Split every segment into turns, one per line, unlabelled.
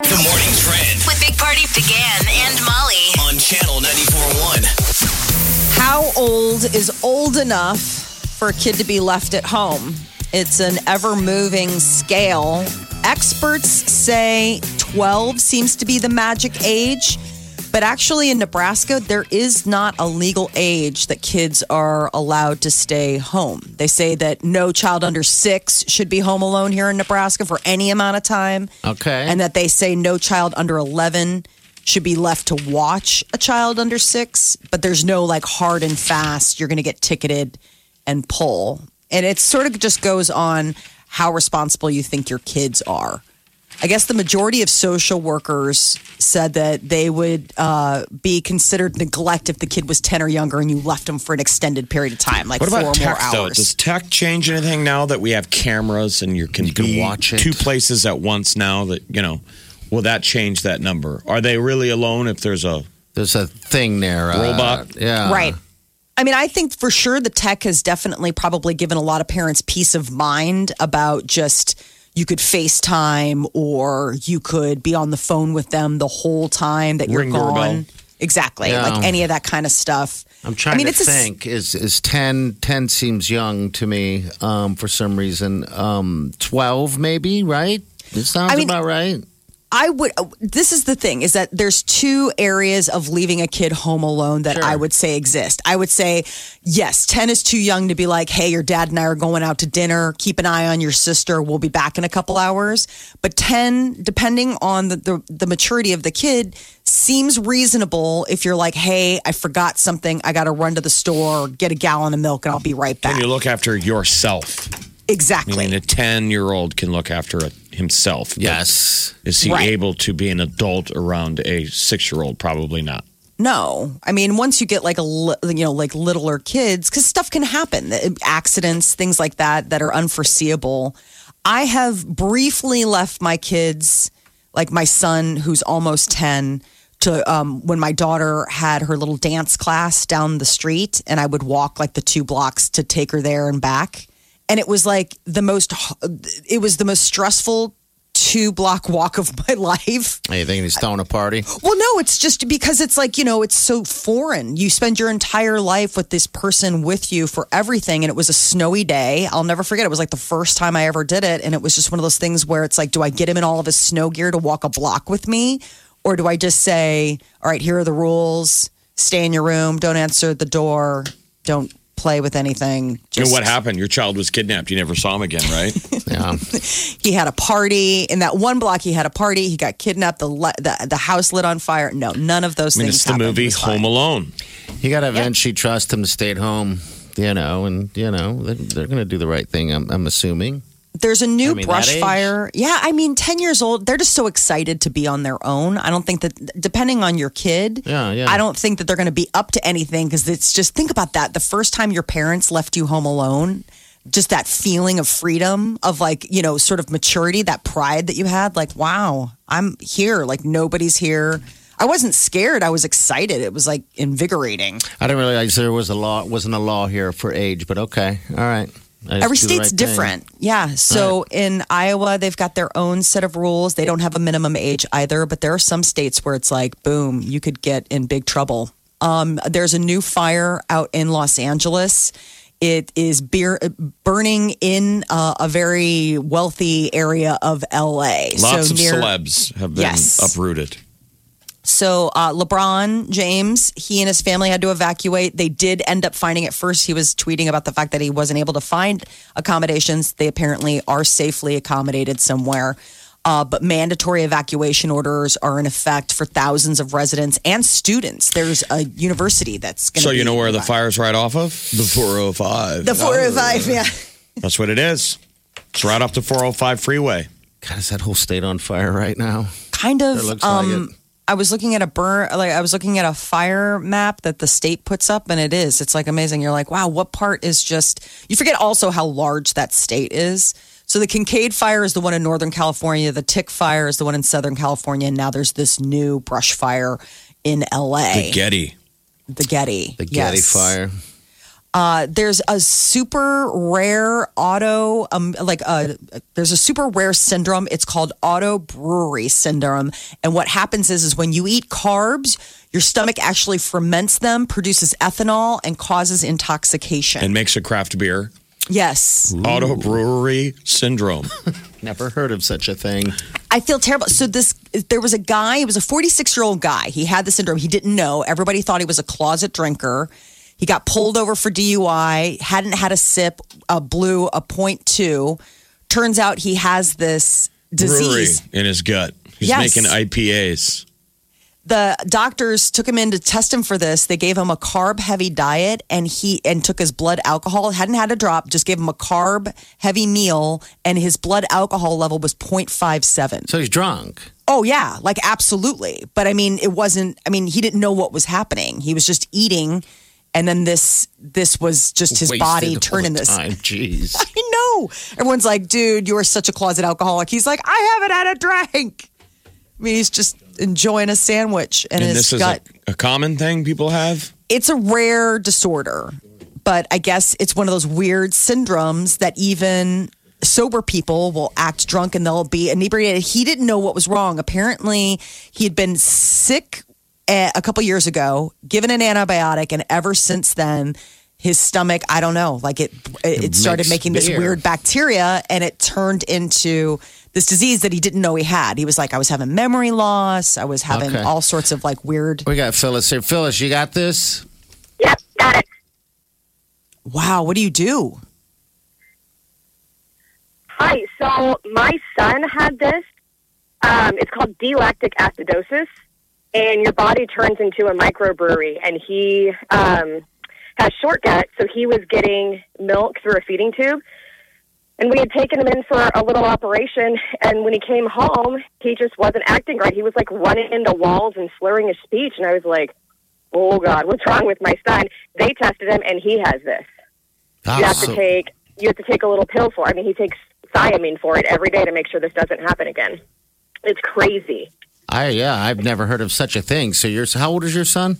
The morning trend
with Big Party began and Molly.
on channel 94.1.
How old is old enough for a kid to be left at home? It's an ever moving scale. Experts say 12 seems to be the magic age, but actually in Nebraska, there is not a legal age that kids are allowed to stay home. They say that no child under six should be home alone here in Nebraska for any amount of time
Okay.
and that they say no child under 11 should be left to watch a child under six, but there's no like hard and fast, you're going to get ticketed and pull. And it sort of just goes on how responsible you think your kids are. I guess the majority of social workers said that they would uh, be considered neglect if the kid was 10 or younger and you left them for an extended period of time, like
What
four
about
or more
tech though?
hours.
Does tech change anything now that we have cameras and you can,
You can
be
watch it.
two places at once now? That you know, will that change that number? Are they really alone if there's a?
There's a thing there. uh,
Robot.
yeah.
Right. I mean, I think for sure the tech has definitely probably given a lot of parents peace of mind about just you could FaceTime or you could be on the phone with them the whole time that you're
Ring
gone.
doorbell.
Exactly.
Yeah.
Like any of that kind of stuff.
I'm trying
I mean,
to
it's a s-
think. is is 10, 10 seems young to me um, for some reason. Um, 12 maybe, right? It sounds
I mean-
about right.
I would. uh, This is the thing: is that there's two areas of leaving a kid home alone that I would say exist. I would say, yes, ten is too young to be like, "Hey, your dad and I are going out to dinner. Keep an eye on your sister. We'll be back in a couple hours." But ten, depending on the the, the maturity of the kid, seems reasonable. If you're like, "Hey, I forgot something. I got to run to the store, get a gallon of milk, and I'll be right
Can
back."
you look after yourself?
Exactly.
Meaning, a ten-year-old can look after it himself. but
Yes.
Is he
Right.
able to be an adult around a six-year-old? Probably not.
No, I mean once you get like a li- you know like littler kids, because stuff can happen, Uh, accidents, things like that that are unforeseeable. I have briefly left my kids, like my son who's almost ten, to um, when my daughter had her little dance class down the street, and I would walk like the two blocks to take her there and back, and it was like the most, it was the most stressful two block walk of my life.
Hey, you thinking he's throwing a party?
Well, no, it's just because it's like, you know, it's so foreign. You spend your entire life with this person with you for everything. And it was a snowy day. I'll never forget. It was like the first time I ever did it. And it was just one of those things where it's like, do I get him in all of his snow gear to walk a block with me? Or do I just say, all right, here are the rules stay in your room, don't answer the door, don't play with anything?
You know
Just-
what happened? Your child was kidnapped. You never saw him again, right?
Yeah.
he had a party in that one block. He had a party. He got kidnapped. The li- the, the house lit on fire. No, none of those
I mean,
things.
it's the
happened.
movie
It was fine.
Home Alone.
You got to eventually trust him to stay at home, you know, and, you know, they're, they're going to do the right thing, I'm, I'm assuming.
There's a new
I mean,
brush
that age?
fire. Yeah, I mean, 10 years old, they're just so excited to be on their own. I don't think that, depending on your kid,
Yeah, yeah.
I don't think that they're going to be up to anything because it's just, think about that. The first time your parents left you home alone, just that feeling of freedom, of like, you know, sort of maturity, that pride that you had, like, wow, I'm here. Like, nobody's here. I wasn't scared. I was excited. It was like invigorating.
I didn't realize there was a law, wasn't a law here for age, but okay. All right. I just
Every
do the
state's
right thing.
different. Yeah. So in Iowa, they've got their own set of rules. They don't have a minimum age either, but there are some states where it's like, boom, you could get in big trouble. Um, there's a new fire out in Los Angeles. It is beer, burning in uh, a very wealthy area of LA.
Lots
so
of
near,
celebs have been
Yes.
uprooted.
so uh, LeBron James, he and his family had to evacuate. They did end up finding at first. He was tweeting about the fact that he wasn't able to find accommodations. They apparently are safely accommodated somewhere. Uh, but mandatory evacuation orders are in effect for thousands of residents and students. There's a university that's going to.
So you know where the fire's right off of? The 405.
The four oh- of five,
Oh.
yeah.
That's what it is. It's right off the 405 freeway.
God, is that whole state on fire right now?
Kind of.
It looks
um,
like it.
I was looking at a burn, like I was looking at a fire map that the state puts up, and it is. It's like amazing. You're like, wow, what part is just? You forget also how large that state is. So the Kincaid fire is the one in Northern California. The Tick fire is the one in Southern California. And now there's this new brush fire in L.A.
The Getty.
The Getty.
The Getty
yes.
Fire.
Uh, there's a super rare auto, um, like uh, there's a super rare syndrome. It's called auto brewery syndrome. And what happens is, is when you eat carbs, your stomach actually ferments them, produces ethanol, and causes intoxication.
and makes a craft beer.
yes,
Auto brewery syndrome.
Never heard of such a thing.
I feel terrible. So this, there was a guy. He was a 46 year old guy. He had the syndrome. He didn't know. Everybody thought he was a closet drinker. He got pulled over for DUI. Hadn't had a sip. Uh, blew a point two. Turns out he has this
brewery
disease.
in his gut. He's
Yes.
making IPAs.
The doctors took him in to test him for this. They gave him a carb heavy diet, and he and took his blood alcohol. Hadn't had a drop. Just gave him a carb heavy meal, and his blood alcohol level was 0.57.
So he's drunk.
Oh yeah, like absolutely. But I mean, it wasn't. I mean, he didn't know what was happening. He was just eating, and then this this was just his
Wasted all
body
the
turning this.
Time. Jeez.
I know. Everyone's like, dude, you're such a closet alcoholic. He's like, I haven't had a drink. I mean, he's just enjoying a sandwich and,
And
his
this is
gut.
a, a common thing people have.
it's a rare disorder, but I guess it's one of those weird syndromes that even sober people will act drunk and they'll be inebriated. He didn't know what was wrong. Apparently, he had been sick eh, a a couple years ago, given an antibiotic, and ever since then, his stomach, I don't know, like it it,
It
started
makes
making this
beer.
weird bacteria and it turned into this disease that he didn't know he had. He was like, I was having memory loss. I was having
Okay.
all sorts of like weird.
We got Phyllis here. Phyllis, you got this?
Yep, got it.
Wow, what do you do?
Hi, so my son had this. Um, it's called D-lactic acidosis, and your body turns into a microbrewery. And he um, has short gut, so he was getting milk through a feeding tube. And we had taken him in for a little operation, and when he came home, he just wasn't acting right. He was like running into walls and slurring his speech, and I was like, "Oh God, what's wrong with my son?" They tested him, and he has this. you have to
Oh, Ah, so-
take you have to take a little pill for. it. I mean, he takes thiamine for it every day to make sure this doesn't happen again. It's crazy.
I yeah, I've never heard of such a thing. So you're how old is your son?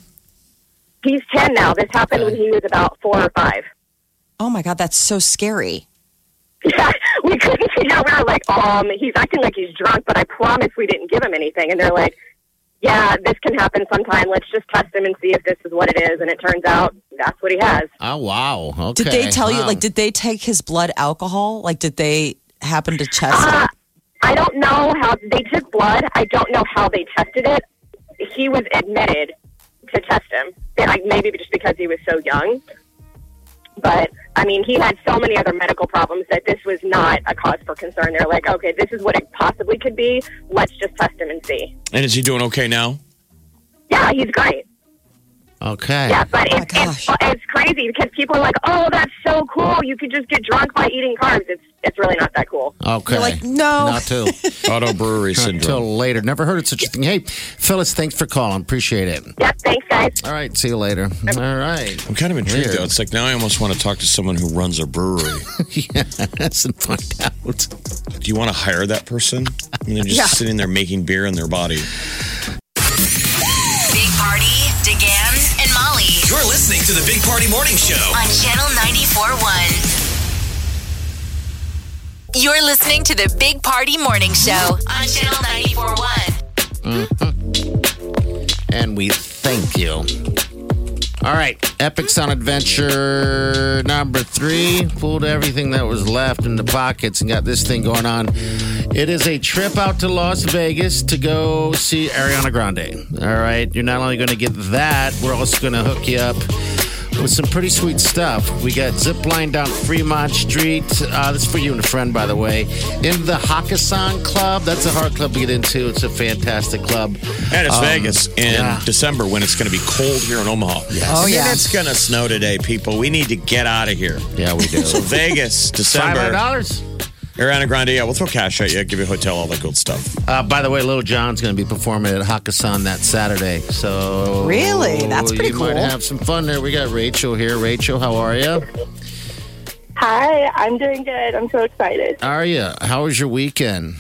He's ten now. This happened when he was about four or five.
Oh my God, that's so scary.
Yeah, we couldn't figure out. We were like, um, he's acting like he's drunk, but I promise we didn't give him anything. And they're like, yeah, this can happen sometime. Let's just test him and see if this is what it is. And it turns out that's what he has.
Oh wow. Okay. um,
Did they tell you,
wow.
like, did they take his blood alcohol? Like, did they happen to test
Uh,
it?
I don't know how they took blood. I don't know how they tested it. He was admitted to test him, They- like maybe just because he was so young. But I mean, he had so many other medical problems that this was not a cause for concern. They're like, okay, this is what it possibly could be. Let's just test him and see.
And is he doing okay now?
Yeah, he's great.
Okay.
Yeah, but
Oh my
it's, it's
gosh.
it's crazy because people are like, oh, that's so cool. You could just get drunk by eating carbs. It's it's really not that cool.
Okay.
You're like, no.
Not till
Auto brewery syndrome.
until later. Never heard of such a thing. Hey, Phyllis, thanks for calling. Appreciate it.
Yep, thanks, guys.
All right, see you later. All right.
I'm kind of intrigued
Weird.
though. It's like now I almost want to talk to someone who runs a brewery.
Yes, and find out.
Do you want to hire that person? I mean, they're just sitting there making beer in their body.
Big Party, DeGan, and Molly
You're listening to the Big Party Morning Show.
on Channel 94.1. You're listening to the Big Party Morning Show on Channel 94.1.
And we thank you. All right, Epics on Adventure number three. Pulled everything that was left in the pockets and got this thing going on. It is a trip out to Las Vegas to go see Ariana Grande. All right, you're not only going to get that, we're also going to hook you up with some pretty sweet stuff. We got zip line down Fremont Street. Uh, this is for you and a friend, by the way. Into the Hakkasan Club. That's a hard club to get into. It's a fantastic club.
And it's
Um,
Vegas in
yeah.
December when it's going to be cold here in Omaha. Yes.
Oh,
and
yeah.
it's going to snow today, people. We need to get out of here.
Yeah, we do.
So Vegas,
Five
December.
hundred dollars.
Ariana Grande, yeah, we'll throw cash at you, give you a hotel, all that good stuff.
Uh, by the way, Lil John's going to be performing at Hakkasan that Saturday. So
Really? That's pretty
you Might
cool.
have some fun there. We got Rachel here. Rachel, how are you?
Hi, I'm doing good. I'm so excited.
Are you? How was your weekend?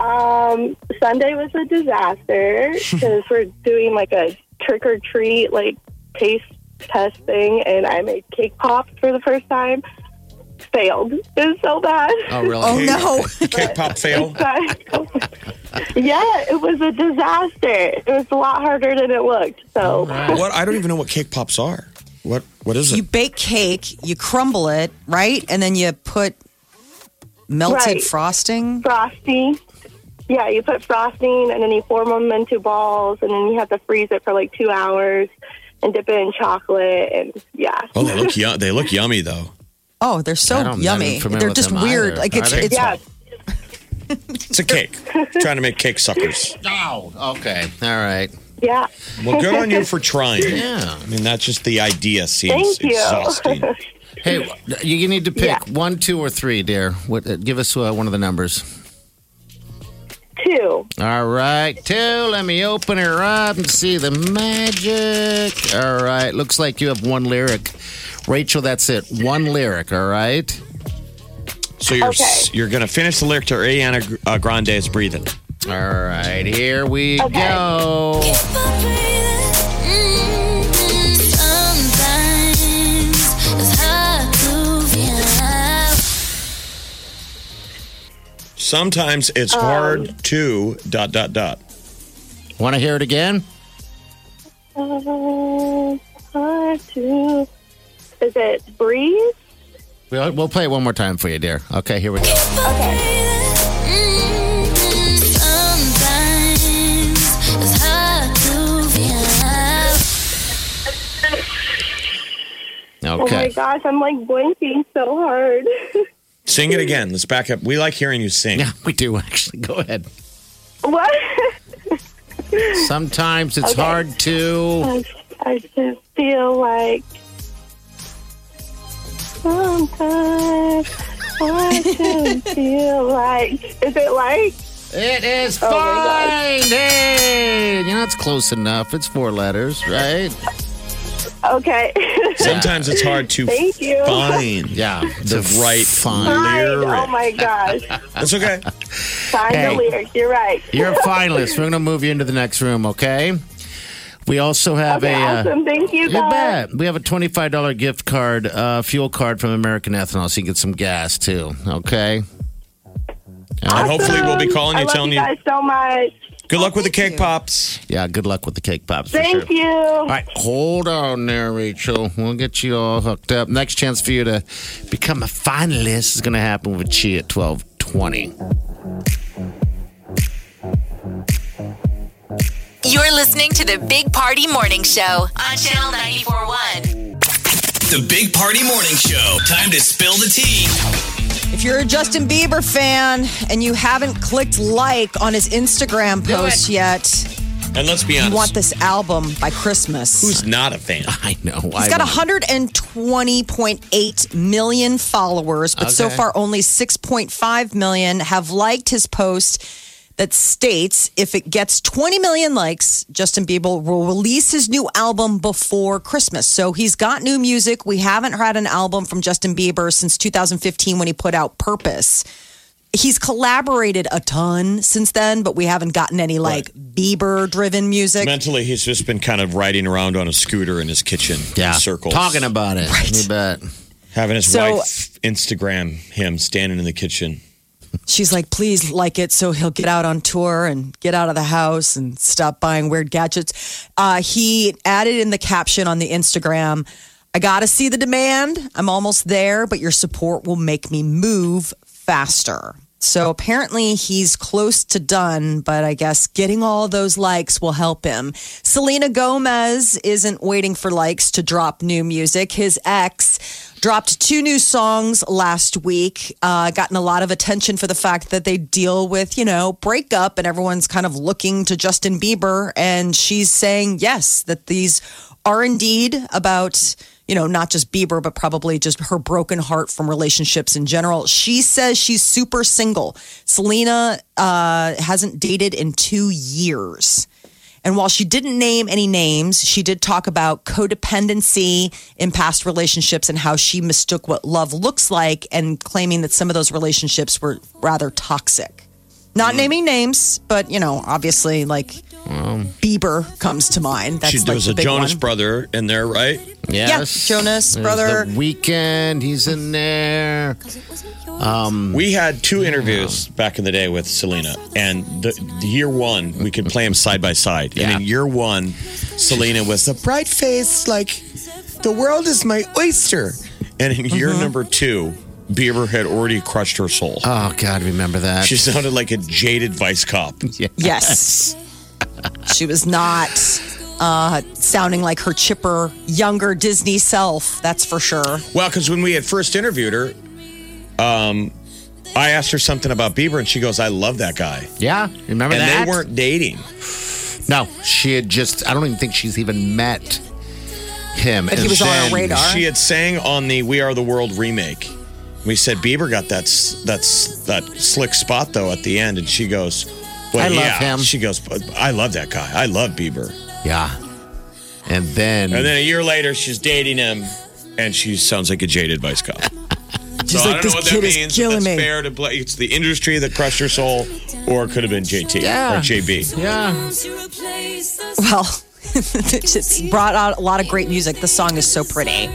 Um, Sunday was a disaster because we're doing like a trick or treat, like taste test thing, and I made cake pops for the first time. Failed. It was so bad.
Oh, really?
Oh no!
Cake pop fail.
yeah, it was a disaster. It was a lot harder than it looked. So
What? I don't even know what cake pops are. What? What is
you
it?
bake cake, you crumble it, right, and then you put melted
Right.
frosting.
frosting. Yeah, you put frosting and then you form them into balls, and then you have to freeze it for like two hours and dip it in chocolate. And yeah,
Oh, they look yum. They look yummy though.
Oh, they're
I
so
don't- I'm not
yummy.
familiar
They're
with
just
them
weird.
either.
Like it's
Are they?
it's
yeah,
It's a cake. Trying to make cake suckers.
Oh, okay. All right.
yeah.
Well, good on you for trying.
Yeah.
I mean, that's just the idea seems
Thank you.
exhausting.
Hey, you you need to pick
Yeah.
one, two, or three, dear. What, uh, give us uh, one of the numbers.
Two.
All right, two. Let me open her up and see the magic. All right, looks like you have one lyric, Rachel. That's it. One lyric. All right.
So you're
Okay.
you're gonna finish the lyric to Ariana Gr- uh, Grande's "Breathing."
All right. Here we
Okay.
go.
Sometimes it's
Um,
hard to dot dot dot.
Want to hear it again?
Uh, uh, two. Is it breathe?
We'll, we'll play it one more time for you, dear. Okay. Here we go.
Oh my
Okay.
gosh, I'm like blinking so hard.
Sing it again. Let's back up. We like hearing you sing.
yeah, we do actually. Go ahead.
what?
Sometimes it's
Okay.
hard to.
I, I just feel like sometimes I just feel like. Is it like?
It is
Oh my
fine. Hey, you know it's close enough. It's four letters, right?
Okay.
Sometimes it's hard to
Thank you.
find.
Yeah.
The right
fine.
Fine. Oh
lyric.
my gosh.
That's okay.
Find
Hey.
the lyric. You're right.
You're a finalist. We're going to move you into the next room, okay? We also have
Okay,
a. uh,
awesome. Thank you,
you
guys.
bet. We have a twenty-five dollar gift card, uh, fuel card from American Ethanol, so you can get some gas too. Okay.
And hopefully we'll be calling
I
you,
love
telling
you
you.
guys so much.
Good luck with the cake pops.
Yeah. Good luck with the cake pops. for sure.
Thank you.
All right, hold on there, Rachel. We'll get you all hooked up. Next chance for you to become a finalist is going to happen with Chi at twelve twenty.
You're listening to the Big Party Morning Show on Channel 941.
The Big Party Morning Show. Time to spill the tea.
If you're a Justin Bieber fan and you haven't clicked like on his Instagram post yet,
And let's be
you
honest.
want this album by Christmas.
Who's not a fan?
I know.
He's got 120.8 million followers, but so
Okay.
far only 6.5 million have liked his post that states if it gets 20 million likes, Justin Bieber will release his new album before Christmas. So he's got new music. We haven't had an album from Justin Bieber since 2015 when he put out Purpose. He's collaborated a ton since then, but we haven't gotten any like Bieber driven music.
Mentally, he's just been kind of riding around on a scooter in his kitchen
yeah
in circles.
talking about it.
Right.
You bet.
having his
So-
wife Instagram him standing in the kitchen.
She's like, please like it so he'll get out on tour and get out of the house and stop buying weird gadgets. Uh, he added in the caption on the Instagram I got to see the demand. I'm almost there, but your support will make me move faster. So apparently he's close to done, but I guess getting all those likes will help him. Selena Gomez isn't waiting for likes to drop new music. His ex dropped two new songs last week uh, gotten a lot of attention for the fact that they deal with you know breakup and everyone's kind of looking to justin bieber and she's saying yes that these are indeed about you know, not just Bieber, but probably just her broken heart from relationships in general. She says she's super single. Selena uh, hasn't dated in two years. And while she didn't name any names, she did talk about codependency in past relationships and how she mistook what love looks like and claiming that some of those relationships were rather toxic.
Mm.
Not naming names, but you know, obviously, like Bieber comes to mind. That's
She,
like
there was
the
a
big
Jonas
one.
brother in there, right?
Yes.
Jonas,
There's
brother.
The weekend, he's in there. Um,
We had two interviews back in the day with Selena, and the, the year one we could play them side by side.
Yeah.
And in year one, Selena was a bright face, like the world is my oyster. And in
Mm-hmm.
year number two, Bieber had already crushed her soul.
oh God, remember that?
she sounded like a jaded vice cop.
Yes. she was not uh, sounding like her chipper, younger Disney self, that's for sure.
Well, because when we had first interviewed her, um, I asked her something about Bieber, and she goes, "I love that guy."
yeah, remember
And
that?
they weren't dating.
No, she had just. I don't even think she's even met him.
But he
And
was on her
then
radar.
She had sang on the "We Are the World" remake. We said Bieber got that s- that s- that slick spot though at the end, and she goes, "Well,
I love
yeah."
him.
She goes, "But "I love that guy. I love Bieber."
Yeah, and then
And then a year later, she's dating him, and she sounds like a jaded vice cop.
She's like, this kid is killing me.
That's fair to play. It's the industry that crushed her soul, or it could have been JT
Yeah.
or JB.
yeah,
Well, it's brought out a lot of great music. The song is so pretty.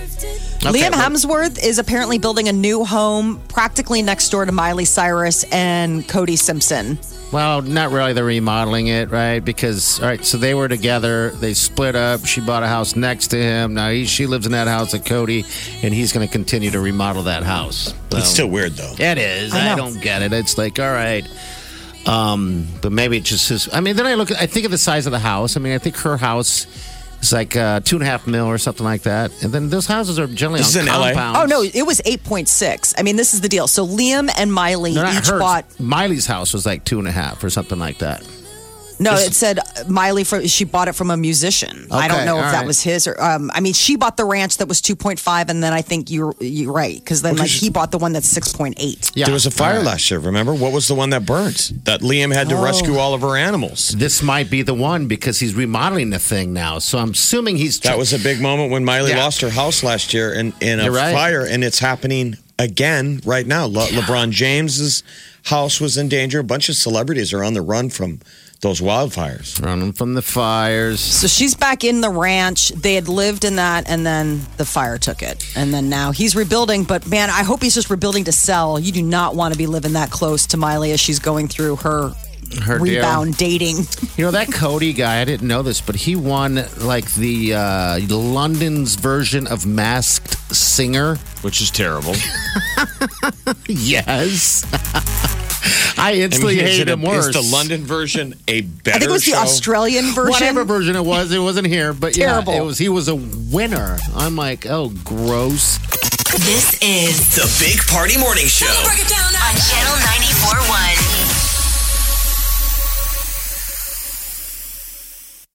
Liam
well-
Hemsworth is apparently building a new home practically next door to Miley Cyrus and Cody Simpson.
well, not really. They're remodeling it, right? Because all right, so they were together. They split up. She bought a house next to him. Now he, she lives in that house with Cody, and he's going to continue to remodel that house. So-
It's still weird though.
It is. I,
know.
don't get it. It's like, all right. Um, but maybe it just is. I mean, then I look. I think of the size of the house. I mean, I think her house is like uh, two and a half mil or something like that. And then those houses are generally
This
on
is in LA?
compounds.
Oh, no, it was 8.6. I mean, this is the deal. So Liam and Miley
No, not
each
hers.
bought.
Miley's house was like two and a half or something like that.
No, it said Miley. From, she bought it from a musician. I
Okay,
don't know if
all
that
right.
was his or. Um, I mean, she bought the ranch that was two point five, and then I think you're you're right because then like he bought the one that's six point eight.
Yeah,
There was a
All
fire
right.
last year. Remember what was the one that burnt? That Liam had to
Oh.
rescue all of her animals.
This might be the one because he's remodeling the thing now. So I'm assuming he's.
That was a big moment when Miley
Yeah.
lost her house last year in, in a
You're right.
fire, and it's happening again right now. Le- LeBron James's house was in danger. A bunch of celebrities are on the run from those wildfires.
running from the fires.
So she's back in the ranch. They had lived in that, and then the fire took it, and then now he's rebuilding. But man, I hope he's just rebuilding to sell. You do not want to be living that close to Miley as she's going through her.
Her deal.
Rebound dating.
You know that Cody guy? I didn't know this, but he won like the uh, London's version of Masked Singer.
Which is terrible.
Yes, I instantly hated him worse.
Is the London version a better
I think it was the
show?
Australian version.
Whatever version it was, it wasn't here, but
Terrible.
yeah, it was. He was a winner. I'm like, oh, gross.
This is
The Big Party Morning Show.
on Channel 94.1.